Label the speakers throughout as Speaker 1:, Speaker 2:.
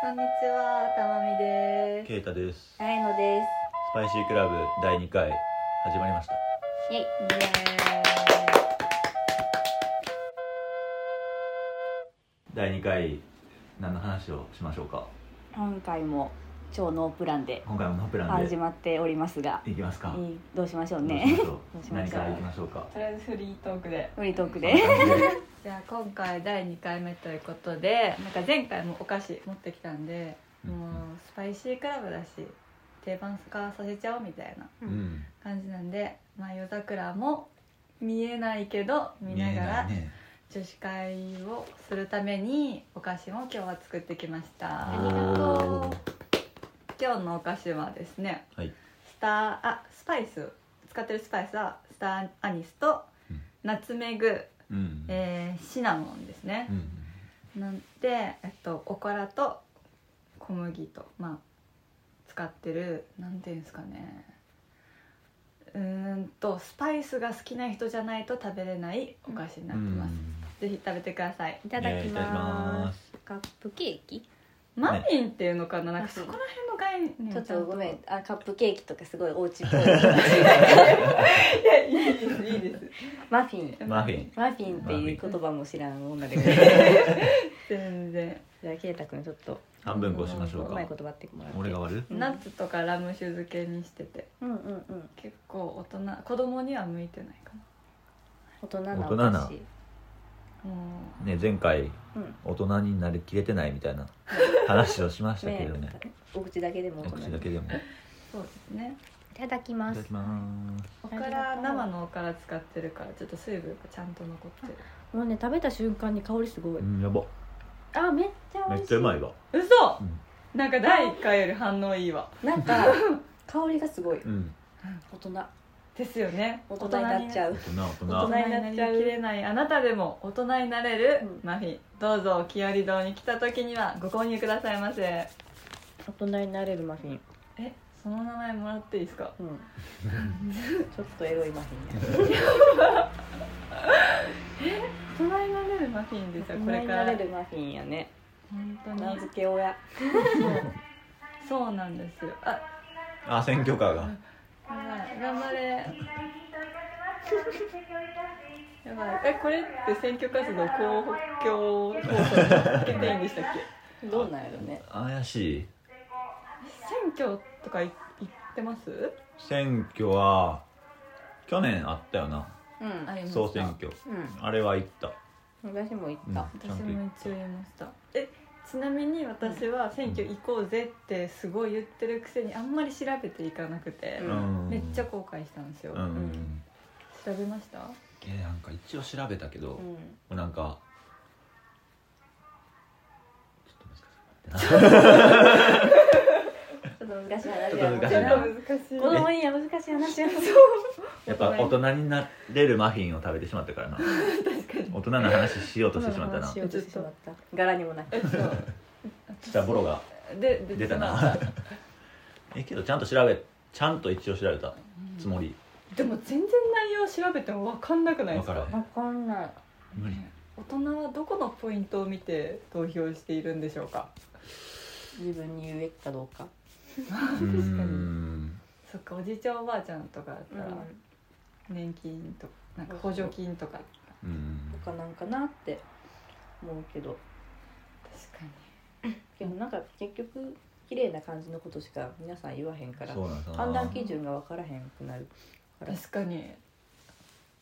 Speaker 1: こんにちは、たまみです。
Speaker 2: ケイタですス
Speaker 1: あいのです。
Speaker 2: パイシークラブ第2回始まりました
Speaker 1: イェイ。
Speaker 2: 第2回何の話をしましょうか
Speaker 1: 今回も超ノープランで
Speaker 2: 今回もノープラン
Speaker 1: 始
Speaker 2: で
Speaker 1: まっておりますが、
Speaker 2: いきますか
Speaker 1: えーどうしましょう
Speaker 2: どう
Speaker 1: ね
Speaker 2: し。ましょ
Speaker 1: どうし
Speaker 2: う
Speaker 1: ま
Speaker 2: 何
Speaker 1: しょ
Speaker 2: か
Speaker 1: う
Speaker 2: らいきましょうか
Speaker 3: とりあえずフリートークで
Speaker 1: フリートーク
Speaker 2: そん
Speaker 1: で。
Speaker 2: な感じで
Speaker 3: じゃあ今回第2回目ということでなんか前回もお菓子持ってきたんで
Speaker 2: うん
Speaker 3: もうスパイシークラブだし定番化させちゃおうみたいな
Speaker 2: うん
Speaker 3: 感じなんで「まあ、夜桜」も見えないけど見ながら
Speaker 2: 見えないね
Speaker 3: 女子会をするためにお菓子も今日は作ってきました
Speaker 1: りがとう
Speaker 2: おー
Speaker 3: 今日のお菓子はですね
Speaker 2: はい
Speaker 3: スターあスパイス使ってるスパイスはスターアニスと
Speaker 2: うん
Speaker 3: ナツメグ、
Speaker 2: うん
Speaker 3: えーシナモンですね
Speaker 2: う、ん
Speaker 3: なんで、えっと、おからと小麦とまあ使ってるなんていうんですかねうーんとスパイスが好きな人じゃないと食べれないお菓子になってます、ぜひ食べてください
Speaker 1: い
Speaker 2: い
Speaker 1: ただきます。
Speaker 2: す
Speaker 1: カップケーキ？
Speaker 3: マミンっていうのかななんか
Speaker 1: マフィ
Speaker 3: そ
Speaker 1: ン
Speaker 3: こら辺の概念
Speaker 1: ちょっ
Speaker 3: ゃ
Speaker 1: とごめ
Speaker 3: い
Speaker 1: ん、あカップケーキとかすごいお家っぽい。
Speaker 3: やいいですいいです
Speaker 1: マフィン。
Speaker 2: マフィン
Speaker 1: マフィンっていう言葉も知らん女で。
Speaker 3: 全然
Speaker 1: じゃあケイタくんちょっと
Speaker 2: 半分こしましょう
Speaker 1: う
Speaker 2: か
Speaker 1: まい言葉ってもらって。
Speaker 2: 俺が割る
Speaker 1: うん
Speaker 3: ナッツとかラム酒漬けにしてて
Speaker 1: うんうんうん。
Speaker 3: 結構大人子供には向いてないか
Speaker 1: 大人な
Speaker 2: 大人
Speaker 1: お菓
Speaker 2: な
Speaker 1: 子。
Speaker 3: なも
Speaker 2: ね前回
Speaker 1: うん。
Speaker 2: 大人になりきれてないみたいな話をしましたけどね
Speaker 1: お口だけでも
Speaker 2: お口だけでもい
Speaker 3: うんそうですね
Speaker 1: いただきま
Speaker 2: ただ
Speaker 1: す
Speaker 2: きます
Speaker 3: おから生のおから使ってるからちょっと水分がちゃんと残って
Speaker 1: もうね食べた瞬間に香りすごい、
Speaker 2: うんやば
Speaker 1: あめっちゃ
Speaker 2: め
Speaker 1: 美味しい
Speaker 2: っちゃうまいわ
Speaker 3: る嘘
Speaker 2: うん
Speaker 3: なんか第1回より反応いいわ
Speaker 1: なんか香りがすごい
Speaker 2: うん
Speaker 1: 大人
Speaker 3: ですよね
Speaker 1: 大人になっちゃ
Speaker 3: う
Speaker 1: う
Speaker 2: 大
Speaker 3: 大人
Speaker 2: 人大人
Speaker 3: になっちゃう大人になりきれないあなたでも大人になれる
Speaker 1: うん
Speaker 3: マフィンどうぞ清里堂に来た時にはご購入くださいませえ
Speaker 1: 大人になれるマフィン、
Speaker 3: その名前もらっていいですか
Speaker 1: うん、 ちょっとエロいマフィンね
Speaker 3: 大人になれるマフィンです
Speaker 1: 大
Speaker 3: よ
Speaker 1: 人
Speaker 3: これ
Speaker 1: に
Speaker 3: か
Speaker 1: な
Speaker 3: ら
Speaker 1: れるマフィンやね
Speaker 3: 本当
Speaker 1: 名
Speaker 3: に
Speaker 1: 付け親
Speaker 3: そうなんですよあ
Speaker 2: あ選挙カーが
Speaker 3: やばい頑張れやばいえこれって選挙活動公共放送にかけていいんでしたっけ
Speaker 1: どうなんやろね
Speaker 2: 怪しい
Speaker 3: 選挙とかい行ってます
Speaker 2: 選挙は去年あったよな
Speaker 1: うん
Speaker 2: 総選挙
Speaker 1: う
Speaker 2: あれは行った、
Speaker 1: ん私も行
Speaker 2: う
Speaker 1: っ
Speaker 2: ん、
Speaker 1: た、
Speaker 2: ちゃん
Speaker 3: 私
Speaker 2: と行
Speaker 3: も
Speaker 2: っ
Speaker 3: 一応言いましたえちなみに私は選挙行こうぜってすごい言ってるくせにあんまり調べていかなくて、
Speaker 1: う
Speaker 2: た、うん、
Speaker 3: めっちゃ後悔したんですよ、
Speaker 2: うん、
Speaker 1: う
Speaker 3: 調べました
Speaker 2: えなんか一応調べたけど
Speaker 1: う、ん、
Speaker 2: なんかちょっと難しい
Speaker 1: ちょっと難しい話
Speaker 2: ちょっと難しい
Speaker 1: や
Speaker 2: な
Speaker 1: な
Speaker 3: しい
Speaker 1: 子供には難しい話やな
Speaker 2: やっぱ大人になれるマフィンを食べてしまったからな大人の話しようとしてしまったな
Speaker 1: 話をしてしまった柄にもない
Speaker 3: えっと
Speaker 2: 下ボロが
Speaker 3: で
Speaker 2: 出たなえけどちゃんと調べちゃんと一応調べたつもり、
Speaker 3: でも全然内容調べても分かんなくないで
Speaker 2: わ
Speaker 3: す
Speaker 2: か
Speaker 3: から
Speaker 2: へん
Speaker 1: わかんない
Speaker 2: 無理
Speaker 3: 大人はどこのポイントを見て投票しているんでしょうか
Speaker 1: 自分に言うべきかどうか、
Speaker 2: うーん
Speaker 3: そっかおじいちゃんおばあちゃんとかだった
Speaker 1: う
Speaker 3: ら
Speaker 1: ん、
Speaker 3: 年金とかなんか補助金とか
Speaker 2: うん
Speaker 1: とかなんかなって思うけど
Speaker 3: 確かに
Speaker 1: けどなんか結局綺麗な感じのことしか皆さん言わへんから
Speaker 2: そうなんかな
Speaker 1: 判断基準が分からへんくなるから
Speaker 3: 確かに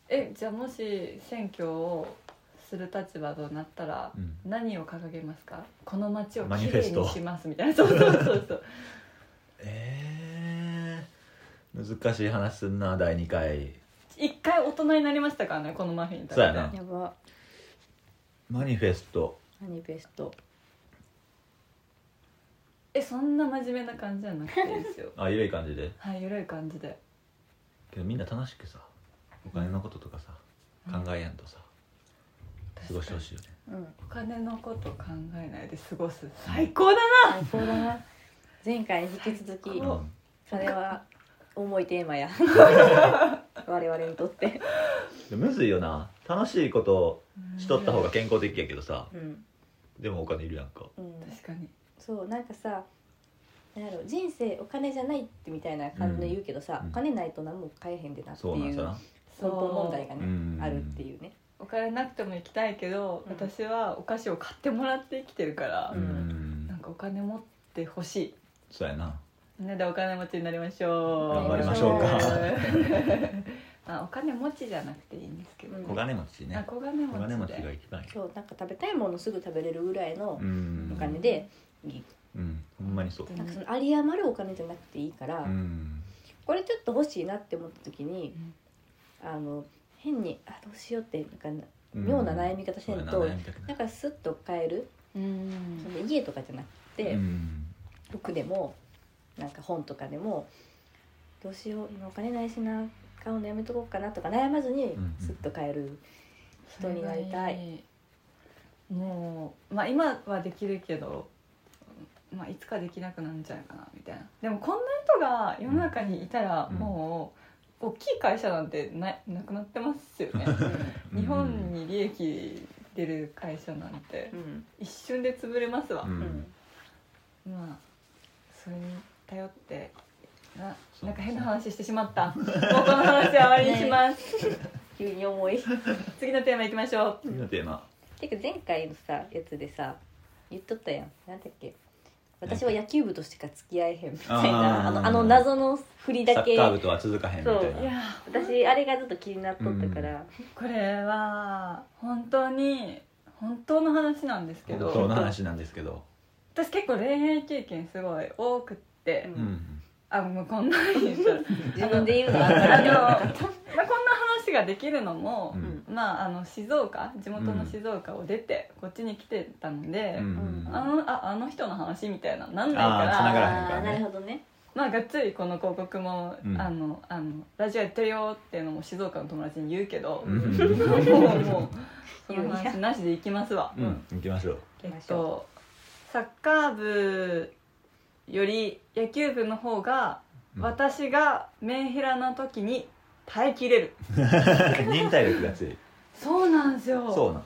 Speaker 3: えじゃあもし選挙をする立場となったら
Speaker 2: うん
Speaker 3: 何を掲げますかこの街を
Speaker 2: マニ
Speaker 3: き
Speaker 2: フェ
Speaker 3: れい
Speaker 2: スト
Speaker 3: にしますみたいなそうそうそうそう
Speaker 2: えー、難しい話すんな第2回
Speaker 3: 一回大人になりましたからねこのマフィン食べて
Speaker 2: そうやな
Speaker 1: やば
Speaker 2: マニフェスト
Speaker 1: マニフェスト
Speaker 3: えそんな真面目な感じじゃなくていいですよ
Speaker 2: あ緩い感じで
Speaker 3: はい緩い感じで
Speaker 2: けどみんな楽しくさお金のこととかさ考えやんとさ過ごしてほしいよね
Speaker 1: うん
Speaker 3: お金のこと考えないで過ごす最高だな
Speaker 1: 最高だな前回に引き続き
Speaker 2: う
Speaker 3: うん
Speaker 1: 金は重いテー マや我々にとって
Speaker 2: でむずいよな楽しいことしとった方が健康的やけどさ
Speaker 1: うん
Speaker 2: でもお金いるやんか
Speaker 1: うん
Speaker 3: 確かに
Speaker 1: そうなんかさなんやろ人生お金じゃないってみたいな感じの言うけどさ、
Speaker 2: うん
Speaker 1: お金ないと何も買えへんでなってい
Speaker 2: そうなん
Speaker 1: う
Speaker 2: さな
Speaker 1: 根本問題が
Speaker 2: う
Speaker 1: ね
Speaker 2: ん
Speaker 1: あるっていうね
Speaker 3: お金なくても行きたいけど、
Speaker 1: うん
Speaker 3: 私はお菓子を買ってもらって生きてるから、
Speaker 2: う
Speaker 3: なん
Speaker 2: ん
Speaker 3: かお金持ってほし
Speaker 2: そうやない
Speaker 3: みんなでお金持ちになりましょう
Speaker 2: 頑張りましょうか
Speaker 3: まあお金持ちじゃなくていいんですけど、
Speaker 1: うん
Speaker 2: 小金持ち
Speaker 3: あ
Speaker 2: ね
Speaker 3: 小金持ち
Speaker 2: 小
Speaker 3: で
Speaker 2: 金持ちが一番いい
Speaker 1: そうなんか食べたいものすぐ食べれるぐらいの
Speaker 2: うん
Speaker 1: お金でいい、
Speaker 2: うんほんまにそう
Speaker 3: うん
Speaker 1: なんかその有り余るお金じゃなくていいから、
Speaker 2: うん
Speaker 1: これちょっと欲しいなって思った時に
Speaker 3: うん、
Speaker 1: あの変にあどうしようってなんかな
Speaker 2: うん
Speaker 1: 妙な悩み方せんと
Speaker 2: そうやな悩みたくな
Speaker 1: なん
Speaker 2: い
Speaker 1: かスッと買える、
Speaker 3: うん
Speaker 1: その家とかじゃなくて、
Speaker 2: うん
Speaker 1: 服でもなんか本とかでもどうしよう今お金ないしな買うのやめとこうかなとか悩まずに
Speaker 2: うんうん
Speaker 1: スッと買える人になりたい、
Speaker 3: もうまあ今はできるけど、まあ、いつかできなくなるんじゃないかなみたいなでもこんな人が世の中にいたら
Speaker 2: うん
Speaker 3: もう大きい会社なんてななくなってますよね
Speaker 2: うん
Speaker 3: 日本に利益出る会社なんて
Speaker 1: うん
Speaker 3: 一瞬で潰れますわ
Speaker 2: う、ん
Speaker 1: うん
Speaker 3: まあそれに頼ってな
Speaker 2: そう
Speaker 3: なんか変な話してしまったもうこの話は終わりにします
Speaker 1: 急に思い
Speaker 3: 次のテーマいきましょう
Speaker 2: 次のテーマ
Speaker 1: てか前回のさやつでさ言っとったやんなんだっけ私は野球部としか付き合えへんみたいなあ
Speaker 2: あー
Speaker 1: のあの謎の振り
Speaker 2: サ
Speaker 1: だ
Speaker 2: ッ
Speaker 1: け
Speaker 2: カー部とは続かへんみた
Speaker 1: そう
Speaker 2: い
Speaker 3: い
Speaker 2: な
Speaker 3: や
Speaker 1: 私あれがずっと気になっとったから、
Speaker 3: これは本当に本当の話なんですけ
Speaker 2: 本当
Speaker 3: ど
Speaker 2: の話なんですけど
Speaker 3: 私結構恋愛経験すごい多くって、
Speaker 1: うん
Speaker 2: うん
Speaker 3: あもうこんな話言ったら
Speaker 1: 自分で言うのはあ
Speaker 3: あ
Speaker 1: かん
Speaker 3: の、
Speaker 1: けど
Speaker 3: まあ、 こんな話ができるのも、
Speaker 2: うん
Speaker 3: まああの静岡地元の静岡を出てこっちに来てたので、
Speaker 2: うん
Speaker 3: あのああの人の話みたいなのなんないか
Speaker 2: あー
Speaker 3: ら
Speaker 2: 繋がらへんから
Speaker 1: あー
Speaker 2: ね
Speaker 1: なるほどね
Speaker 3: まあがっつりこの広告も、
Speaker 2: うん
Speaker 3: あのあのラジオやってるよっていうのも静岡の友達に言うけど、
Speaker 2: うん
Speaker 3: もうもうその話なしでいきますわ、
Speaker 2: うん行きましょう
Speaker 3: えっとサッカー部より野球部の方が
Speaker 2: うん
Speaker 3: 私がメンヘラな時に耐えきれる、
Speaker 2: 忍耐力が強い
Speaker 3: そうなんですよ
Speaker 2: そうなん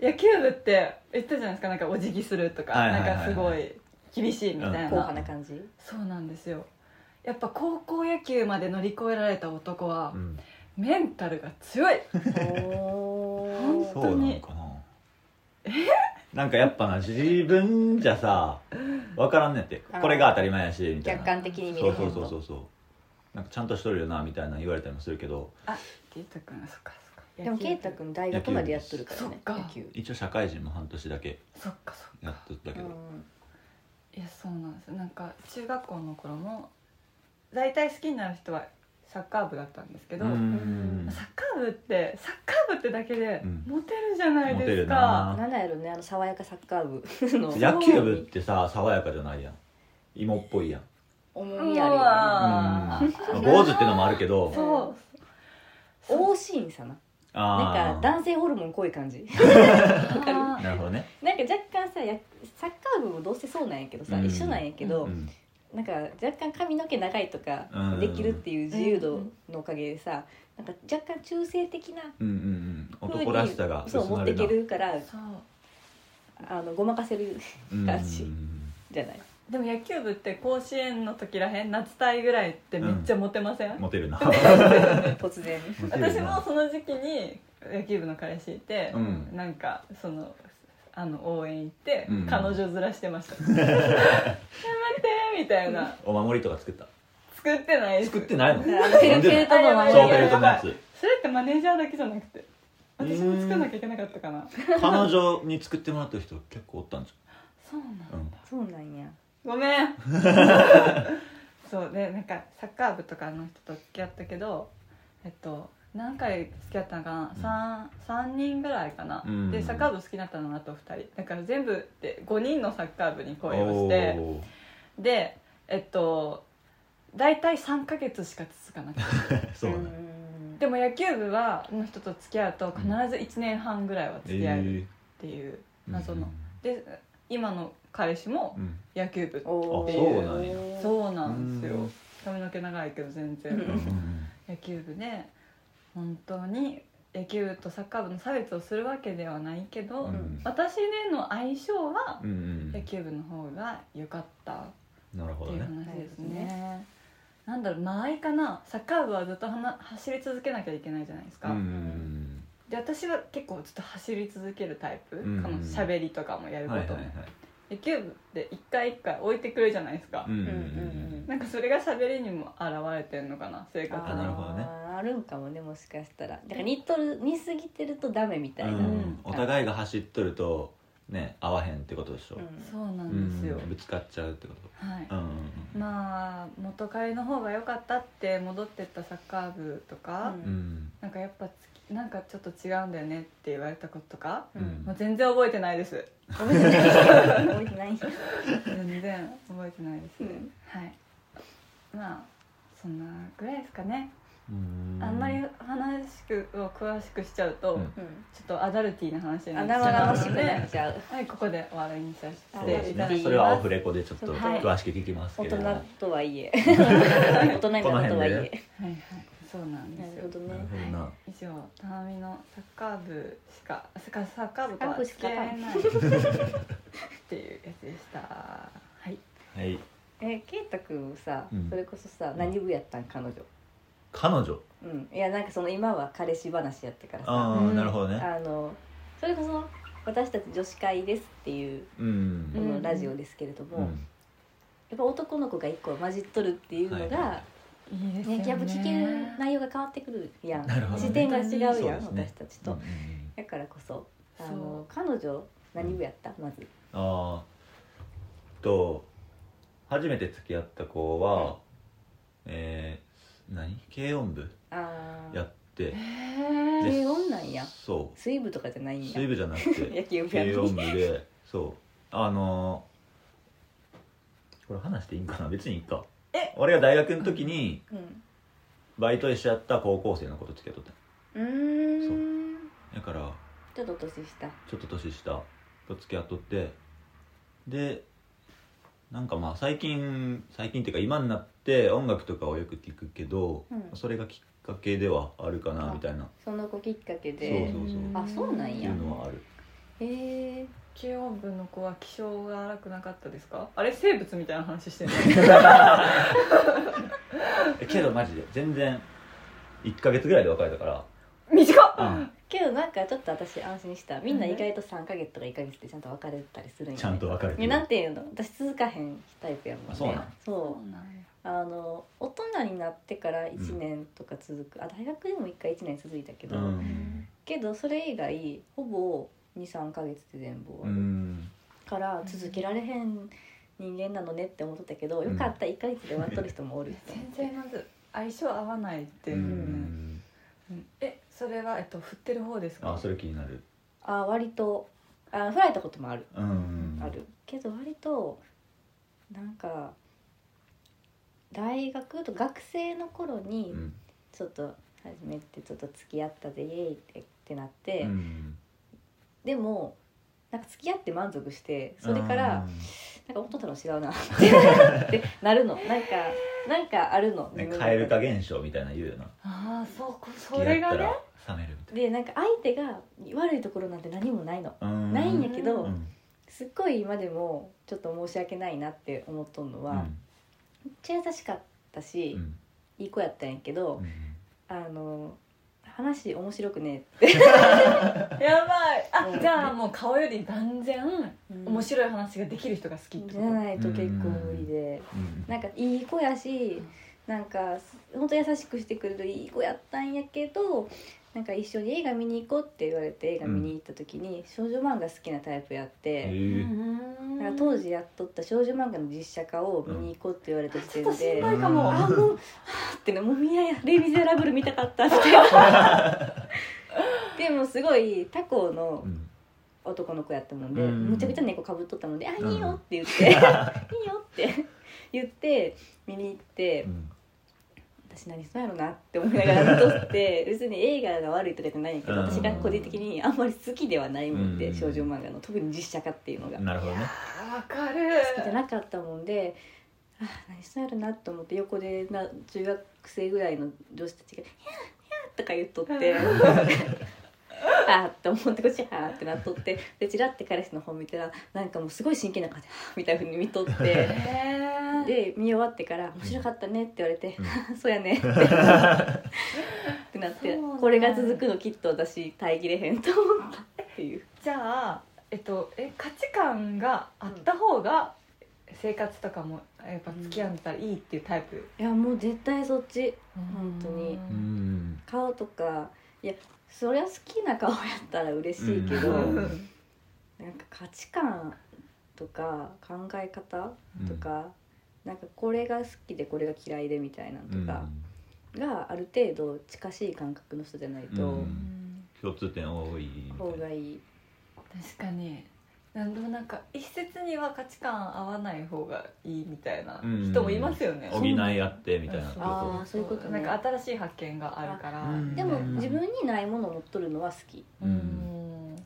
Speaker 3: 野球部って言ったじゃないですかなんかお辞儀するとか、
Speaker 2: はいはいはいはい
Speaker 3: なんかすごい厳しいみたいな、
Speaker 2: うん
Speaker 1: 硬派な感じ
Speaker 3: そうなんですよやっぱ高校野球まで乗り越えられた男は
Speaker 2: うん
Speaker 3: メンタルが強い
Speaker 1: おー
Speaker 3: 本
Speaker 2: そ
Speaker 3: 当
Speaker 2: うな
Speaker 3: に
Speaker 2: のかななんかやっぱな自分じゃさ分からんねんって
Speaker 1: あー
Speaker 2: これが当たり前やしみたい
Speaker 1: 客
Speaker 2: な
Speaker 1: 観的に見
Speaker 2: そう
Speaker 1: れる
Speaker 2: そうそうそうそうなんかちゃんとしとるよなみたいな言われたりもするけど
Speaker 3: 圭太君そっかそっか
Speaker 1: でも圭太
Speaker 3: 君
Speaker 1: 君大学までやっとるから
Speaker 3: 野
Speaker 1: ね
Speaker 3: 球そっか
Speaker 1: 球
Speaker 2: 一応社会人も半年だけ
Speaker 3: そっかそっか
Speaker 2: やっとったけ
Speaker 1: う
Speaker 2: ど
Speaker 1: ん
Speaker 3: いやそうなんですよなんか中学校の頃も大体好きになる人はサッカー部だったんですけど、
Speaker 2: うん
Speaker 3: サッカー部ってサッカー部ってだけで
Speaker 2: うん
Speaker 3: モテるじゃない
Speaker 2: モテ
Speaker 3: です
Speaker 2: る
Speaker 3: か、
Speaker 2: な
Speaker 1: なんなんやろねあの爽やかサッカー部の
Speaker 2: 野球部ってさ爽やかじゃないやん芋っぽいやん
Speaker 3: も
Speaker 1: 重
Speaker 3: う
Speaker 1: みあ
Speaker 3: あー
Speaker 2: うん坊主ってのもあるけど
Speaker 3: そう
Speaker 1: るよね王シーンさなな
Speaker 2: あー
Speaker 1: んか男性ホルモン濃い感じ
Speaker 3: あー
Speaker 2: なるほどね
Speaker 1: なんか若干さやサッカー部もどうせそうなんやけどさ
Speaker 2: うん
Speaker 1: 一緒なんやけ
Speaker 2: う
Speaker 1: ど
Speaker 2: ん
Speaker 1: なんか若干髪の毛長いとか
Speaker 2: うん
Speaker 1: できるっていう自由度のおかげでさなんか若干中性的な
Speaker 2: うんうんうん
Speaker 1: 風に
Speaker 2: 男らしさが
Speaker 1: そう持っていけるから
Speaker 3: そう
Speaker 1: あのごまかせる感じ
Speaker 2: うんうんうん
Speaker 1: じゃ ない
Speaker 3: でも野球部って甲子園の時らへん夏大ぐらいってめっちゃモテません、
Speaker 2: モテるな
Speaker 1: 突然
Speaker 2: モテる
Speaker 3: 私
Speaker 2: な
Speaker 3: もその時期に野球部の彼氏いて、
Speaker 2: うん
Speaker 3: なんかそのあの応援行って、
Speaker 2: うん
Speaker 3: 彼女ずらしてま した「頑張って!」みたいな
Speaker 2: お守りとか作った
Speaker 3: 作ってないです
Speaker 2: 作ってないの
Speaker 1: フェルトの
Speaker 3: ない
Speaker 2: そう
Speaker 1: 前
Speaker 2: フェ
Speaker 1: で
Speaker 2: ルトのやつ
Speaker 3: それってマネージャーだけじゃなくて私も作んなきゃいけなかったかな
Speaker 2: 彼女に作ってもらった人結構おったんじ
Speaker 3: そうなん
Speaker 2: ゃんうん
Speaker 1: そうなんや
Speaker 3: ご めんそうでなんかサッカー部とかの人と付き合ったけどえっと何回付き合ったのかな、三3人ぐらいかな、
Speaker 2: うん
Speaker 3: でサッカー部好きだったのはあと2人だから全部で5人のサッカー部に恋をし
Speaker 2: お
Speaker 3: て
Speaker 2: ー
Speaker 3: でえっと大体3ヶ月しか続かなく て
Speaker 2: そうなん
Speaker 1: ん
Speaker 3: でも野球部はの人と付き合うと必ず1年半ぐらいは付き合えるっていう謎の、で今の彼氏も
Speaker 2: うん
Speaker 3: 野球部、
Speaker 1: おー
Speaker 2: そうなんや
Speaker 3: そうなんです
Speaker 2: う
Speaker 3: よ
Speaker 2: ん
Speaker 3: 髪の毛長いけど全
Speaker 1: う
Speaker 2: うん
Speaker 3: 然
Speaker 2: ん
Speaker 3: 野球部で本当に野球とサッカー部の差別をするわけではないけど、
Speaker 2: うん
Speaker 3: 私での相性は
Speaker 2: うんうん
Speaker 3: 野球部の方が良かったっ
Speaker 2: なるほ
Speaker 3: て
Speaker 2: ど
Speaker 3: いう
Speaker 2: ね
Speaker 3: 話です
Speaker 1: なるほど
Speaker 3: ね。
Speaker 1: ね
Speaker 3: なんだろう間合いかなサッカー部はずっとはな走り続けなきゃいけないじゃないです
Speaker 2: う
Speaker 3: か、
Speaker 2: んうん
Speaker 3: で私は結構ずっと走り続けるタイプ、
Speaker 2: んうん
Speaker 3: この喋りとかもや
Speaker 2: う
Speaker 3: る
Speaker 2: ん
Speaker 3: こ
Speaker 2: はい
Speaker 3: と
Speaker 2: はい
Speaker 3: も、
Speaker 2: はい
Speaker 3: 野球部って一回一回置いてくるじゃないですか、
Speaker 2: うんうんう
Speaker 1: うんうん
Speaker 2: ん
Speaker 3: なんかそれが喋りにも現れてるのかな性格
Speaker 2: あなる
Speaker 3: の
Speaker 2: ほどね
Speaker 1: あーあるんかもねもしかしたらだから似とる似すぎてるとダメみたいな、
Speaker 2: う
Speaker 1: うん
Speaker 2: んお互いが走っとるとね合わへんってことでしょ
Speaker 3: そうな
Speaker 2: うん
Speaker 3: ですよ、
Speaker 2: ぶつかっちゃうってこ
Speaker 3: はい
Speaker 2: とうんうんうん
Speaker 3: まあ元彼の方が良かったって戻ってったサッカー部とか、
Speaker 1: うん
Speaker 2: うん
Speaker 3: なんかやっぱつきなんかちょっと違うんだよねって言われたこととか
Speaker 1: う
Speaker 2: うん
Speaker 1: ん
Speaker 3: もう全然覚えてないです
Speaker 1: 覚えてない覚えてない
Speaker 3: 全然覚えてないですね、はいまあそんなぐらいですかね、
Speaker 2: うん
Speaker 3: あんまり話を詳しくしちゃうと、
Speaker 2: うん
Speaker 1: う
Speaker 3: ちょっとアダルティーな話に
Speaker 1: ん
Speaker 3: なっ
Speaker 1: あ
Speaker 3: ちゃう
Speaker 1: 生々し
Speaker 3: の
Speaker 1: く
Speaker 3: で
Speaker 1: なっちゃう
Speaker 3: はいここで終わりにさ
Speaker 2: そ
Speaker 3: せ
Speaker 2: うで
Speaker 3: て
Speaker 2: す
Speaker 3: いただきま
Speaker 2: ね
Speaker 3: す
Speaker 2: それはオフレコでちょっと
Speaker 1: はい
Speaker 2: 詳しく聞きますけ
Speaker 1: 大
Speaker 2: れども
Speaker 1: 人とは いえ大人になったとはいえ
Speaker 3: はいはいそうなんで
Speaker 1: な
Speaker 3: す
Speaker 1: る
Speaker 3: よ
Speaker 1: ほど
Speaker 2: なる
Speaker 1: ね
Speaker 2: ほど
Speaker 3: は、
Speaker 2: ない
Speaker 3: 以上田波のサッカー部しかサッサッカー部とは
Speaker 1: サッカー部し
Speaker 3: 付き
Speaker 1: か
Speaker 3: 合えないっていうやつでしたはい
Speaker 2: はい
Speaker 1: え圭太君さ、
Speaker 2: うん
Speaker 1: それこそさ
Speaker 2: ん
Speaker 1: 何部やったん彼女
Speaker 2: 彼女
Speaker 1: うんいやなんかその今は彼氏話やったからさ
Speaker 2: あ
Speaker 3: う
Speaker 2: あ
Speaker 3: ん
Speaker 2: なるほどね
Speaker 1: あのそれこそ私たち女子会ですっていう
Speaker 2: うん
Speaker 1: このラジオですけれども、
Speaker 2: う
Speaker 1: や
Speaker 2: ん
Speaker 1: っぱ男の子が一個混じっとるっていうのが、
Speaker 2: はい
Speaker 3: いいですよ
Speaker 1: ね、
Speaker 3: ね
Speaker 1: やっぱ聞ける内容が変わってくるやん、
Speaker 2: なるほどね
Speaker 1: 視点が違うやん、
Speaker 2: そうですね
Speaker 1: 私たちと、
Speaker 2: うんうんうん
Speaker 1: だからこそあの
Speaker 3: そ
Speaker 1: 彼女何部やったまず
Speaker 2: あーと初めて付き合った子はえー何軽音部
Speaker 1: ああ
Speaker 2: やって
Speaker 3: へ
Speaker 2: で
Speaker 3: え
Speaker 1: 軽音なんや
Speaker 2: そう
Speaker 1: 水部とかじ ゃないんや
Speaker 2: 水部じゃなく
Speaker 1: 野
Speaker 2: て
Speaker 1: 球部や
Speaker 2: 軽
Speaker 1: の
Speaker 2: 音
Speaker 1: に
Speaker 2: 部でそうあのーこれ話していいんかな別にいいか
Speaker 3: え
Speaker 2: 俺が大学の時に
Speaker 1: うん
Speaker 2: バイトしちゃった高校生のこと付き合っとっ
Speaker 1: うーん
Speaker 2: ただから
Speaker 1: ちょっと年下
Speaker 2: ちょっと年下と付き合っとってでなんかまあ最近最近っていうか今になって音楽とかをよく聞くけど、
Speaker 1: うん
Speaker 2: それがきっかけではあるかな
Speaker 1: あ
Speaker 2: みたいな
Speaker 1: その子きっかけ
Speaker 2: そう
Speaker 1: で
Speaker 2: そうそう
Speaker 1: あそうなん
Speaker 2: い
Speaker 1: や
Speaker 2: うのはある
Speaker 1: え
Speaker 3: 慶応部の子は気性が荒くなかったですかあれ生物みたいな話 してない
Speaker 2: えけどマジで全然1か月ぐらいで別れたから
Speaker 3: 短っ、
Speaker 2: うん
Speaker 1: けどなんかちょっと私安心したみんな意外と3か月とか1か月でちゃんと別れたりするんや、ね、
Speaker 2: ちゃんと別れて
Speaker 1: え
Speaker 2: る
Speaker 1: なんていうの私続かへんタイプやもんね
Speaker 2: あそうなん
Speaker 1: そう
Speaker 3: そうなんや
Speaker 1: あの大人になってから1年とか続く、あ大学でも1回1年続いたけ
Speaker 2: う
Speaker 1: ど、
Speaker 2: ん
Speaker 1: けどそれ以外ほぼ23ヶ月で全部終わ
Speaker 2: う
Speaker 1: る、
Speaker 2: ん
Speaker 1: から続けられへん人間なのねって思ってたけど、
Speaker 2: うん
Speaker 1: よかった1ヶ月で終わっとる人もおると思っ
Speaker 3: 全
Speaker 1: て
Speaker 3: 然まず相性合わないって
Speaker 2: う
Speaker 3: いうね、
Speaker 2: ん
Speaker 3: うんえそれはえっと振ってる方ですか
Speaker 2: あそれ気になる
Speaker 1: あ割とあ振られたこともある、
Speaker 2: うん
Speaker 1: あるけど割となんか大学と学生の頃に
Speaker 2: うん
Speaker 1: ちょっと初めてちょっと付き合ったでイエーイってってなって、
Speaker 2: うん
Speaker 1: でもなんか付き合って満足してそれからなんか思っとったの違うな ってなるのなんかなんかあるの
Speaker 2: うんね
Speaker 1: 自分の中で
Speaker 2: 蛙化現象みたいな言うよな
Speaker 3: ああそうこそ
Speaker 2: 付き
Speaker 3: れ
Speaker 2: 合っ
Speaker 3: が
Speaker 2: た
Speaker 3: ね
Speaker 2: ら冷めるみたい
Speaker 1: でなんか相手が悪いところなんて何もないの
Speaker 2: なうん
Speaker 1: ないんやけど、
Speaker 2: うん
Speaker 1: すっごい今でもちょっと申し訳ないなって思っとんのは、めっちゃ優しかった
Speaker 2: う
Speaker 1: し、
Speaker 2: ん
Speaker 1: いい子やったんやけど
Speaker 2: う、ん
Speaker 1: あの話面白くね
Speaker 3: やばいあ、
Speaker 1: うん
Speaker 3: じゃあもう顔より断然面白い話ができる人が好きって
Speaker 1: じ
Speaker 3: こ
Speaker 1: ゃ
Speaker 3: と、
Speaker 1: ないと結構無理で。
Speaker 2: うん
Speaker 1: なんかいい子やしなんか本当優しくしてくれるいい子やったんやけどなんか一緒に映画見に行こうって言われて映画見に行った時に少女漫画好きなタイプやっ
Speaker 2: へ
Speaker 1: て、
Speaker 2: え
Speaker 1: なんか当時やっとった少女漫画の実写化を見に行こうって言われた時
Speaker 3: ちょっと
Speaker 1: 点で、
Speaker 3: 心
Speaker 2: 配
Speaker 3: 配かも、
Speaker 2: うん
Speaker 1: あもうはあってねもみややレ・ミゼラブル見たかったってでもすごい他校の
Speaker 2: うん
Speaker 1: 男の子やったもんで、
Speaker 2: うん
Speaker 1: むちゃくちゃ猫かぶっとったもんで「あいい
Speaker 2: うん
Speaker 1: よ」っ て言って「いいよ」って言って見に行って。
Speaker 2: うん
Speaker 1: 私何したんやろなって思いながらずっと って別に映画が悪いとかじゃないんやけど
Speaker 2: うん
Speaker 1: 私が個人的にあんまり好きではないもんで、
Speaker 2: うん
Speaker 1: 少女漫画の特に実写化っていうのが好
Speaker 2: なるほどね
Speaker 3: あわかる
Speaker 1: きじゃなかったもんであ何したんやろなと思って横でな中学生ぐらいの女子たちが「ひゃーひゃー」とか言っとって あーって思ってこっちはーってなっとってでちらって彼氏の方見たらなんかもうすごい真剣な感じではーみたいなふうに見とって
Speaker 3: え
Speaker 1: で見終わってから「面白かったね」って言われて「そうやね」ってってなって
Speaker 3: そうなんだ
Speaker 1: これが続くのきっと私耐えきれへんと思ったっていう
Speaker 3: じゃあえっとえ価値観があった方が生活とかもやっぱ付き合ったらいいっていうタイプ、
Speaker 1: いやもう絶対そっち本当に
Speaker 2: うん
Speaker 1: 顔とかいやそりゃ好きな顔やったら嬉しいけ
Speaker 3: う
Speaker 1: ど、
Speaker 3: ん
Speaker 2: う
Speaker 1: なんか価値観とか考え方とか、なんかこれが好きでこれが嫌いでみたいなのとかがある程度近しい感覚の人じゃないと、
Speaker 2: うん
Speaker 3: うん
Speaker 2: 共通点多いみ
Speaker 1: 方
Speaker 2: たい
Speaker 1: がいい
Speaker 3: 確かになんでもなんか一説には価値観合わない方がいいみたいな
Speaker 2: うん
Speaker 3: 人もいますよね、
Speaker 2: な補い合ってみたいな
Speaker 3: そう
Speaker 1: ああそういうこと
Speaker 3: な
Speaker 1: ね
Speaker 3: んか新しい発見があるから、
Speaker 2: あうん
Speaker 1: でも自分にないものを持っとるのは好き
Speaker 2: う
Speaker 3: うん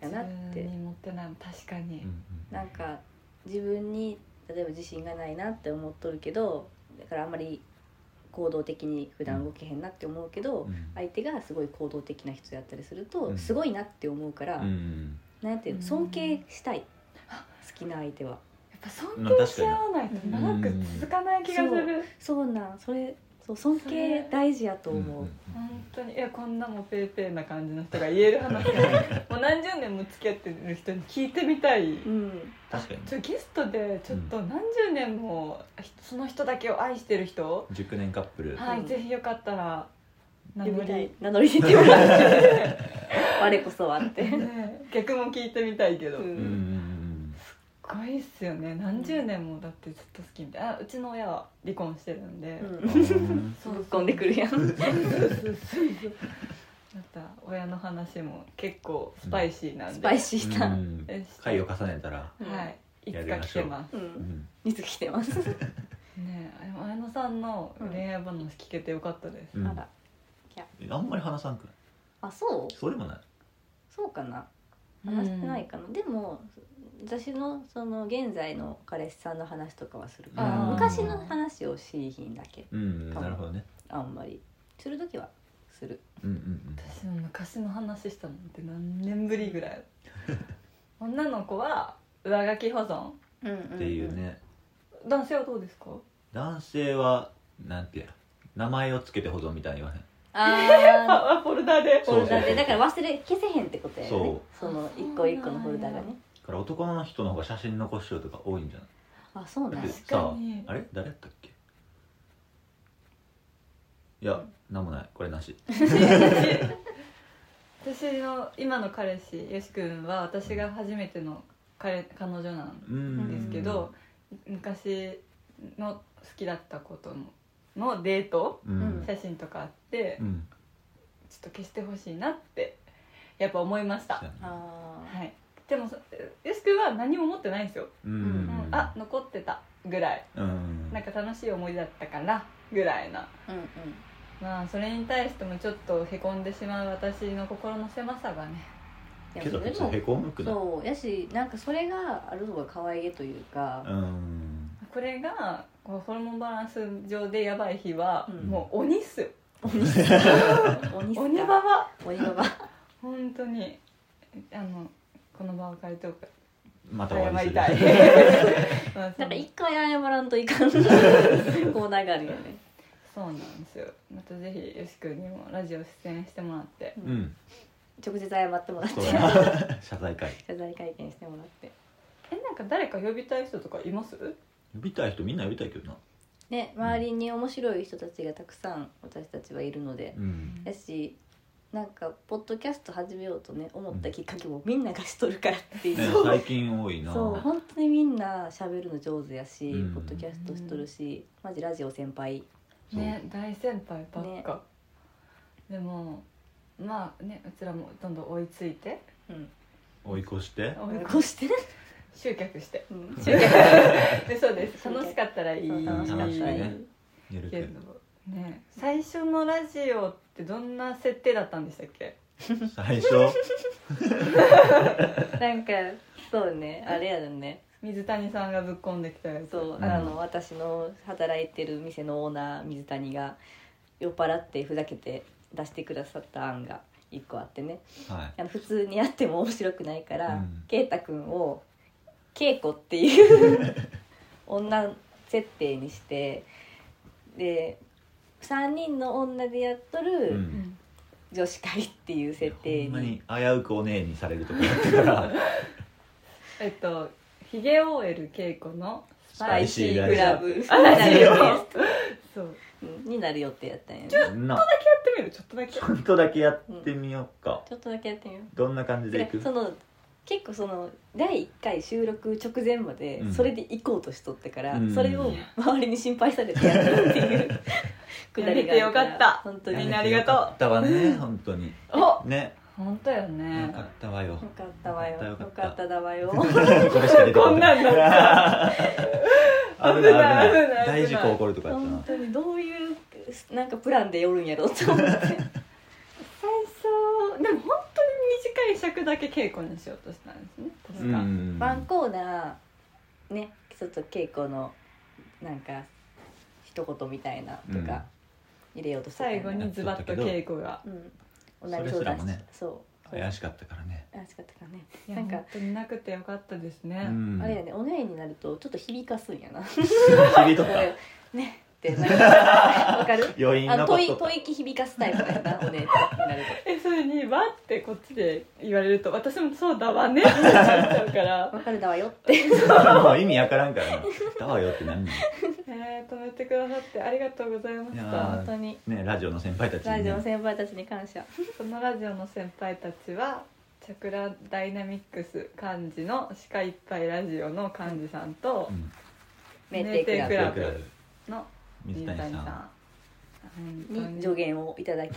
Speaker 1: やなっ
Speaker 3: 自
Speaker 1: て、
Speaker 3: 分に持ってないも確かに、
Speaker 1: なんか自分に例えば自信がないなって思っとるけどだからあんまり行動的に普段動けへんなって思うけど、相手がすごい行動的な人やったりすると、
Speaker 2: うん
Speaker 1: すごいなって思うから、
Speaker 2: うん
Speaker 1: なんていうの
Speaker 3: うん
Speaker 1: 尊敬したい、好きな相手は
Speaker 3: やっぱ尊敬し合わないと長く続かない気がす
Speaker 1: う
Speaker 3: る、
Speaker 1: そうなんそれそう尊敬大事やと思う、
Speaker 3: 本当にいやこんなもうペーペーな感じの人が言える 話がもう何十年も付き合ってる人に聞いてみたい、
Speaker 1: うん
Speaker 2: 確かに
Speaker 3: ちょゲストでちょっと何十年もその人だけを愛してる人、
Speaker 2: 熟年カップル
Speaker 3: はい、
Speaker 1: うん
Speaker 3: ぜひよかったら名
Speaker 1: 呼
Speaker 3: 乗
Speaker 1: びた い
Speaker 3: り、
Speaker 1: 名乗り出てもらって我こそはって、
Speaker 3: ね逆も聞いてみたいけど、
Speaker 1: う
Speaker 3: す
Speaker 2: うんんうん
Speaker 3: ごいっすよね何十年もだってずっと好きみたいあうちの親は離婚してるんで、
Speaker 2: う
Speaker 1: うん
Speaker 2: ん
Speaker 3: そう
Speaker 1: ぶっこんでくるやん
Speaker 3: また親の話も結構スパイシーなんで、
Speaker 1: スパイシーな、
Speaker 2: うん
Speaker 3: え
Speaker 2: 回を重ねたら
Speaker 1: うん
Speaker 3: はいい
Speaker 2: や
Speaker 3: つ
Speaker 2: り
Speaker 3: か
Speaker 2: ま
Speaker 3: 来
Speaker 2: しょ
Speaker 3: て
Speaker 2: う
Speaker 3: ます
Speaker 1: う
Speaker 2: うんん
Speaker 1: いつ来てます、
Speaker 3: ねえでも綾乃さんの恋愛話聞けてよかったです、
Speaker 2: うん
Speaker 1: あら
Speaker 2: あんまり話さんくない
Speaker 1: あそう
Speaker 2: そうでもない
Speaker 1: そうかな
Speaker 3: うん
Speaker 1: 話してないかな、でも私のその現在の彼氏さんの話とかはするから
Speaker 2: あー
Speaker 1: 昔の話をしいひんだけ
Speaker 2: うんなるほどね
Speaker 1: あんまりする時はする
Speaker 2: うんうん
Speaker 3: 私も昔の話したのって何年ぶりぐら い女の子は上書き保存
Speaker 2: うん
Speaker 1: っ
Speaker 2: っていうね
Speaker 3: 男性はどうですか
Speaker 2: 男性はなんていうの名前をつけて保存みたいに言わへん
Speaker 1: あ
Speaker 3: あフォルダで
Speaker 1: あ
Speaker 2: そ
Speaker 1: フ
Speaker 2: う
Speaker 1: ォルダでだから忘れ消せへんってことやよね
Speaker 3: そ
Speaker 1: そうの一個一個のフォルダがね
Speaker 2: だから男の人の方が写真残しようとか多いんじゃない
Speaker 1: あそうな
Speaker 2: だ
Speaker 1: ん
Speaker 2: っ
Speaker 1: や
Speaker 2: て
Speaker 3: 確か
Speaker 2: さ
Speaker 3: に
Speaker 2: あれ誰やったっけいやなんもないこれなし
Speaker 3: 私の今の彼氏よし君は私が初めての彼彼女なん
Speaker 2: う
Speaker 3: ですけど、昔の好きだったことののデート
Speaker 2: うん
Speaker 3: 写真とかあって、
Speaker 2: うん
Speaker 3: ちょっと消してほしいなってやっぱ思いました
Speaker 2: そうやな
Speaker 1: あー
Speaker 3: はいでもそよし君は何も持ってないんですよ、
Speaker 2: うん
Speaker 1: うん
Speaker 3: うんあ残ってたぐらい
Speaker 2: うん
Speaker 3: なんか楽しい思い出だったからぐらいな
Speaker 1: うんうん
Speaker 3: まあそれに対してもちょっとへこんでしまう私の心の狭さがね
Speaker 1: いや
Speaker 2: けど別
Speaker 1: それ
Speaker 2: にへ
Speaker 1: も
Speaker 2: こむくない
Speaker 1: そうやしなんかそれがあるのが可愛げというか
Speaker 2: うん
Speaker 3: これがこうホルモンバランス上でやばい日は、
Speaker 1: うん
Speaker 3: もう鬼っすよ
Speaker 1: 鬼鬼っすか
Speaker 3: 鬼ババ
Speaker 1: 鬼ババ
Speaker 3: 本当にあのこの場を借りておく
Speaker 2: また終わ
Speaker 3: 謝
Speaker 2: り
Speaker 3: り
Speaker 2: す
Speaker 3: た い
Speaker 2: る
Speaker 3: まあそ
Speaker 1: な
Speaker 3: うん
Speaker 1: か一回謝らんといかんコーナーがあるよね
Speaker 3: そうなんですよまたぜひよし君にもラジオ出演してもらって
Speaker 2: うん
Speaker 1: 直接謝ってもらって
Speaker 2: そうだな謝罪会
Speaker 1: 謝罪会見してもらって
Speaker 3: えなんか誰か呼びたい人とかいます
Speaker 2: 呼びたい人みんな呼びたいけどな
Speaker 1: ね周りに面白い人たちがたくさん私たちはいるので
Speaker 2: うん
Speaker 1: やしなんかポッドキャスト始めようとね思ったきっかけもみんながしとるからっていう、
Speaker 2: ね
Speaker 1: そう
Speaker 2: 最近多いな
Speaker 1: そう本当にみんな喋るの上手やし、
Speaker 2: うん
Speaker 1: ポッドキャストしとるしマジラジオ先輩
Speaker 2: そう
Speaker 3: ね大先輩ばっか、でもまあねうちらもどんどん追いついて
Speaker 1: うん
Speaker 2: 追い越して
Speaker 3: 追い
Speaker 1: こ
Speaker 3: 越
Speaker 1: う
Speaker 3: し
Speaker 1: して、
Speaker 3: 集客して
Speaker 1: うん、
Speaker 3: 集客で そうです楽しかったらいい
Speaker 1: そう楽しかったらいい、
Speaker 2: ねやる
Speaker 3: け
Speaker 2: け
Speaker 3: どね最初のラジオってどんな設定だったんでしたっけ
Speaker 2: ど最初
Speaker 1: なんか そうねあれやだね
Speaker 3: 水谷さんがぶっ込んできたやつ
Speaker 1: そう、
Speaker 2: うん
Speaker 1: あの私の働いてる店のオーナー水谷が酔っ払ってふざけて出してくださった案が一個あってね
Speaker 2: はい
Speaker 1: あの普通にやっても面白くないか
Speaker 2: う
Speaker 1: ら
Speaker 2: ん
Speaker 1: 圭太、くん、君を恵子っていう 女設定にしてで3人の女でやっと
Speaker 2: う
Speaker 1: る
Speaker 2: ん
Speaker 1: 女子会っていう設定
Speaker 2: ほんま
Speaker 1: に
Speaker 2: に危うくお姉にされるとこだっ たから
Speaker 3: えっとヒゲ OL 稽古の
Speaker 2: ス
Speaker 1: パイシークラブ
Speaker 3: あラジオそう
Speaker 1: うんになる予定やったんやね
Speaker 2: な
Speaker 3: やってみるちょっとだけ
Speaker 2: ちょっとだけやってみようか、
Speaker 1: ちょっとだけやってみよう
Speaker 2: どんな感じでいく
Speaker 1: その結構その第1回収録直前まで
Speaker 2: うん
Speaker 1: それで行こうとしとったから、
Speaker 2: うん
Speaker 1: それを周りに心配されてやったっていう くだりが
Speaker 3: やめ
Speaker 1: ある
Speaker 3: てよかった
Speaker 1: 本当
Speaker 3: み
Speaker 1: に
Speaker 3: ん
Speaker 1: よ
Speaker 3: なありがとう
Speaker 2: よかったわね本当に
Speaker 3: お
Speaker 2: ね
Speaker 3: 本当よ
Speaker 2: よ
Speaker 3: ね
Speaker 2: かった わよ
Speaker 1: かったわよ
Speaker 2: よ
Speaker 1: よ
Speaker 2: か
Speaker 1: か
Speaker 2: っ
Speaker 1: ったただわよ
Speaker 2: これしか出てこ
Speaker 3: こんなんだ
Speaker 2: な 危ない危ない
Speaker 3: 危ない危ない
Speaker 2: 大事故起こるとかやった
Speaker 1: 本
Speaker 2: な
Speaker 1: 当にどういうなんかプランで寄るんやろうと思って
Speaker 3: 最初でも本当に短い尺だけ稽古にしようとしたんですね確か、
Speaker 2: ん
Speaker 1: ワンコーナーねちょっと稽古のなんか一言みたいなとか入れようとしてたよ
Speaker 3: 最
Speaker 1: ね
Speaker 3: 後にズバッと稽古が
Speaker 1: うん、同じ相談
Speaker 2: それすらもね
Speaker 1: そう
Speaker 2: 怪しかったからね
Speaker 1: 怪しかったからね
Speaker 3: いや
Speaker 1: なんか
Speaker 3: 本当になくてよかったですね、
Speaker 2: うん
Speaker 1: あれやね、おねえになるとちょっと響かすんやな。
Speaker 2: 響 いとっ
Speaker 1: ね
Speaker 2: た
Speaker 1: ねってなん かわかる？
Speaker 2: 余韻
Speaker 1: あの
Speaker 2: 残
Speaker 1: 吐
Speaker 2: っとった
Speaker 1: 息吐息響かすタイプなんやな、おねえになる
Speaker 3: えそれにわってこっちで言われると私もそうだわねってなっちゃうか
Speaker 1: と。
Speaker 3: ら
Speaker 1: わかるだわよって。
Speaker 2: もう意味わからんからなだわよって何ね
Speaker 3: えー、止めてくださってありがとうございまし
Speaker 2: い
Speaker 3: た
Speaker 2: や
Speaker 1: 本当に。
Speaker 2: ラジオの先輩たち
Speaker 1: ラ
Speaker 2: に
Speaker 1: ジオ
Speaker 2: ね
Speaker 1: の先輩たちに感謝。
Speaker 3: そのラジオの先輩たちはチャクラダイナミックス幹事の鹿いっぱいラジオの幹事さんと
Speaker 2: うん
Speaker 1: メンテイクラ
Speaker 3: クラ
Speaker 1: ブ
Speaker 3: ブの
Speaker 2: 水谷さん
Speaker 3: 水谷さん
Speaker 1: に助言をいただき、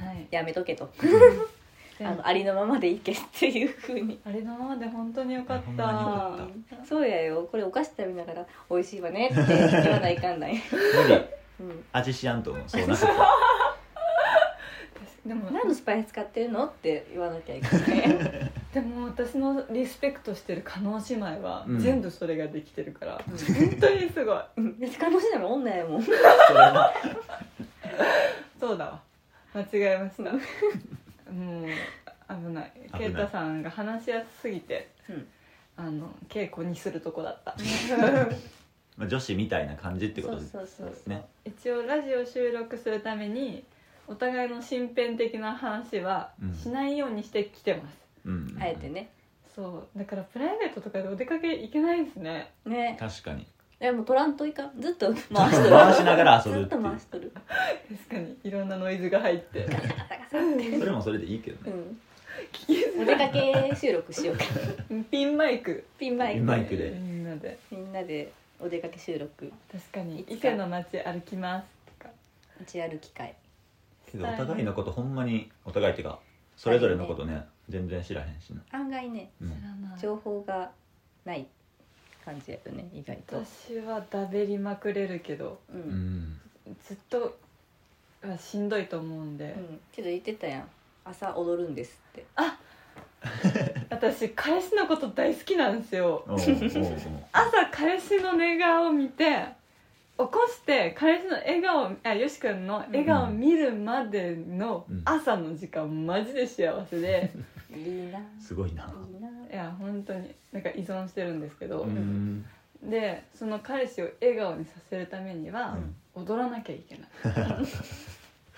Speaker 3: はい
Speaker 1: やめとけ と。あ
Speaker 3: あ
Speaker 1: のありのままでいけっていう風に。
Speaker 3: あれのままで本当によかっ
Speaker 2: ほん
Speaker 3: た
Speaker 2: まによかった
Speaker 1: そうやよ。これお菓子食べながら美味しいわねって言わないかんない。
Speaker 2: 無理
Speaker 1: うん。
Speaker 2: 味しやんと思うそうな ったら
Speaker 3: でも
Speaker 1: 何のスパイス使ってるのって言わなきゃいけない。
Speaker 3: でも私のリスペクトしてる加納姉妹は
Speaker 2: うん
Speaker 3: 全部それができてるから、
Speaker 1: うん
Speaker 3: 本当にすごい
Speaker 1: うん。で可能性なら女やもん。
Speaker 2: それは
Speaker 3: そうだわ間違えま したもう危ない
Speaker 2: ない
Speaker 3: 圭太さんが話しやすすぎて
Speaker 1: うん。
Speaker 3: あの稽古にするとこだった
Speaker 2: まあ女子みたいな感じってことです
Speaker 1: そうそうそうそう、
Speaker 2: ね
Speaker 3: 一応ラジオ収録するためにお互いの身辺的な話は
Speaker 2: うん
Speaker 3: しないようにしてきてます、
Speaker 2: うん
Speaker 1: あえてね
Speaker 3: そうだからプライベートとかでお出かけ行けないですね
Speaker 1: ね
Speaker 2: 確かに
Speaker 1: でもう取らんといかんずっと回
Speaker 2: 回
Speaker 1: しとる
Speaker 2: しながら遊ぶっ
Speaker 1: ずって
Speaker 2: い
Speaker 1: と回
Speaker 2: う
Speaker 1: しとる
Speaker 3: 確かにいろんなノイズが入って
Speaker 2: それもそれでいいけど
Speaker 1: う
Speaker 2: ね
Speaker 1: ん
Speaker 3: 聞きづ
Speaker 1: お
Speaker 3: ら
Speaker 1: 出
Speaker 3: い
Speaker 1: かけ収録しようか
Speaker 3: ピンマイク
Speaker 1: ピンマイ
Speaker 2: ピ
Speaker 1: ク
Speaker 2: ンマイクで
Speaker 3: みんなで
Speaker 1: みんなでお出かけ収録
Speaker 3: 確かに
Speaker 1: いつか
Speaker 3: 伊勢の街歩きますとか
Speaker 1: 街歩き会
Speaker 2: けどお互いのことほんまにお互いっていうかそれぞれのことね全然知らへんしな
Speaker 1: 案外ね
Speaker 2: う
Speaker 3: 知ら
Speaker 2: ん
Speaker 3: ない
Speaker 1: 情報がない感じやよね意外と
Speaker 3: 私はだべりまくれるけど
Speaker 1: うん、う
Speaker 2: うんん
Speaker 3: ずっとはしんどいと思うんで、
Speaker 1: けど言ってたやん朝踊るんですって
Speaker 3: 私彼氏のこと大好きなんですよ
Speaker 2: おうおうおう
Speaker 3: 朝彼氏の寝顔を見て起こして彼氏の笑顔あよし君の笑顔を見るまでの
Speaker 2: うん
Speaker 3: 朝の時間マジで幸せ で、
Speaker 1: いいな
Speaker 2: すごい ない
Speaker 1: いない
Speaker 3: や本当になんか依存してるんですけど、
Speaker 2: うん
Speaker 3: でその彼氏を笑顔にさせるためには、踊らなきゃいけない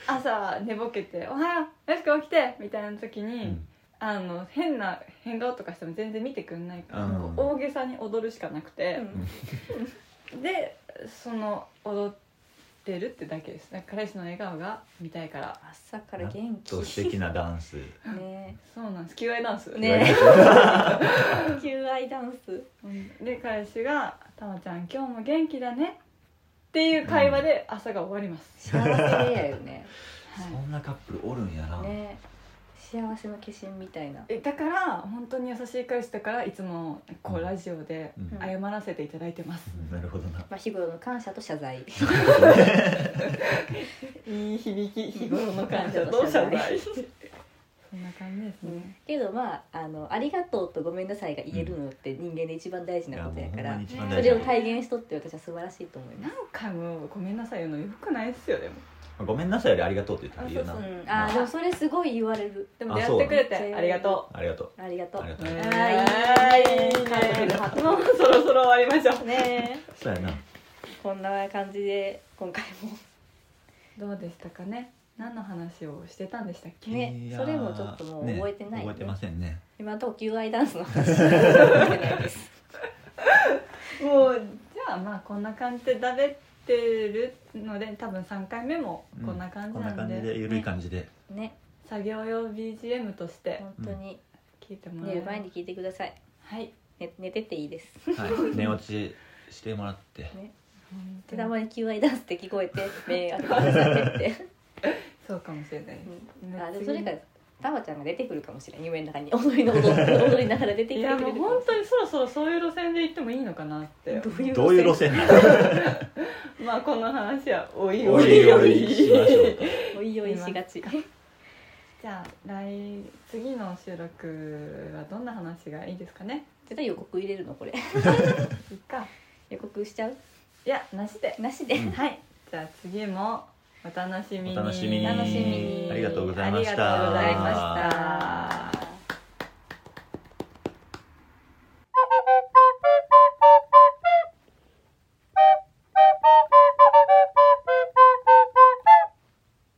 Speaker 3: 朝寝ぼけて「おはようよしく起きて!」みたいな時
Speaker 2: う
Speaker 3: に、
Speaker 2: ん
Speaker 3: あの変な変顔とかしても全然見てくんないから、
Speaker 2: うん
Speaker 3: こう大げさに踊るしかなくて、
Speaker 1: うん
Speaker 3: でその踊ってるってだけですなんか彼氏の笑顔が見たいから
Speaker 1: 朝から元気
Speaker 2: と素敵なダンス
Speaker 1: ね
Speaker 3: そうなんです求愛ダンス、
Speaker 1: ね求愛ダンス
Speaker 3: うんで彼氏が「たまちゃん今日も元気だね」っていう会話で朝が終わります、
Speaker 1: 幸せやよね
Speaker 3: はい
Speaker 2: そんなカップルおるんやな
Speaker 1: ね幸せの化身みたいな
Speaker 3: えだから本当に優しい彼氏だからいつもこ
Speaker 2: う
Speaker 3: うんラジオで
Speaker 2: うん
Speaker 3: 謝らせていただいてます、
Speaker 2: うんなるほどな
Speaker 1: まあ日頃の感謝と謝罪
Speaker 3: いい響 き日頃の感謝
Speaker 1: うん
Speaker 3: どう 謝
Speaker 1: 感謝
Speaker 3: 罪そんな感じですね、
Speaker 1: けどまああの「ありがとう」と「ごめんなさい」が言えるのって人間で一番大事
Speaker 2: いや
Speaker 1: な
Speaker 2: もう
Speaker 1: ことや
Speaker 2: ほん
Speaker 1: か
Speaker 2: ま
Speaker 1: ら
Speaker 2: に一番
Speaker 1: そ
Speaker 2: 大事
Speaker 1: れを
Speaker 2: なこと
Speaker 1: 体現しとって私は素晴らしいと思いま
Speaker 3: 何
Speaker 1: す
Speaker 3: 回も「ごめんなさい」言うのよくないっすよでも
Speaker 2: あごめんなさいよりありがとうって言ったらいいよな
Speaker 3: あ
Speaker 1: う
Speaker 3: そ
Speaker 1: ん、あーでもそれすごい言われる
Speaker 3: でも出会ってくれてありがと
Speaker 2: ありがとう
Speaker 1: ありがとう
Speaker 2: ありが
Speaker 3: う
Speaker 2: とう
Speaker 1: ね
Speaker 2: ね
Speaker 1: あーいいね
Speaker 3: うん
Speaker 1: カップル初
Speaker 3: もうそろそろ終わりましょう
Speaker 1: ねえ
Speaker 2: そうやな
Speaker 1: こんな感じで今回も
Speaker 3: どうでしたかね何の話をしてたんでしたっけ
Speaker 1: ね
Speaker 2: いやー
Speaker 1: それもちょっともう覚えてな
Speaker 2: ね
Speaker 1: い
Speaker 2: 覚えてませんね
Speaker 1: 今のとこ QI ダンスの話しか覚えてないです
Speaker 3: もうじゃあまあこんな感じでだべってるので多分3回目も
Speaker 2: うん
Speaker 3: こんな感じ
Speaker 2: こん
Speaker 3: な
Speaker 2: なん
Speaker 3: で,、
Speaker 2: 感じでゆるい感じで
Speaker 1: ね
Speaker 3: 作業用 BGM として
Speaker 1: 本当に
Speaker 3: 聞いてもら
Speaker 1: 寝
Speaker 3: え
Speaker 1: る
Speaker 3: ば
Speaker 1: 前に聞いてください、
Speaker 3: はい
Speaker 1: ね、寝てていいです
Speaker 2: はい寝落ちしてもらって
Speaker 3: 本当に
Speaker 1: でたまに QI ダンスって聞こえて目開けてくださいねって、
Speaker 3: そうかもしれない、
Speaker 1: うん、あでもそれからタマちゃんが出てくるかもしれない夢の中に踊りの踊り踊りながら出て
Speaker 3: い
Speaker 1: きてくれ
Speaker 3: や
Speaker 1: る
Speaker 3: もう
Speaker 1: かも
Speaker 3: 本当にそろそろそういう路線で行ってもいいのかなって
Speaker 1: どういう
Speaker 2: どういう路
Speaker 1: 線
Speaker 2: 線なの
Speaker 3: まあこの話はおい
Speaker 2: おいおいしましょうか
Speaker 1: おいおいしが ち
Speaker 3: じゃあ来次の収録はどんな話がいいですかね
Speaker 1: 絶対予告入れるのこれ
Speaker 3: いいか
Speaker 1: 予告しちゃう
Speaker 3: いやなしで
Speaker 1: なしで、
Speaker 2: うん
Speaker 3: はいじゃあ次もお楽しみに
Speaker 2: お楽しみに
Speaker 1: 楽しみに
Speaker 2: ありがとうございま
Speaker 3: あり
Speaker 2: した
Speaker 3: がとうございました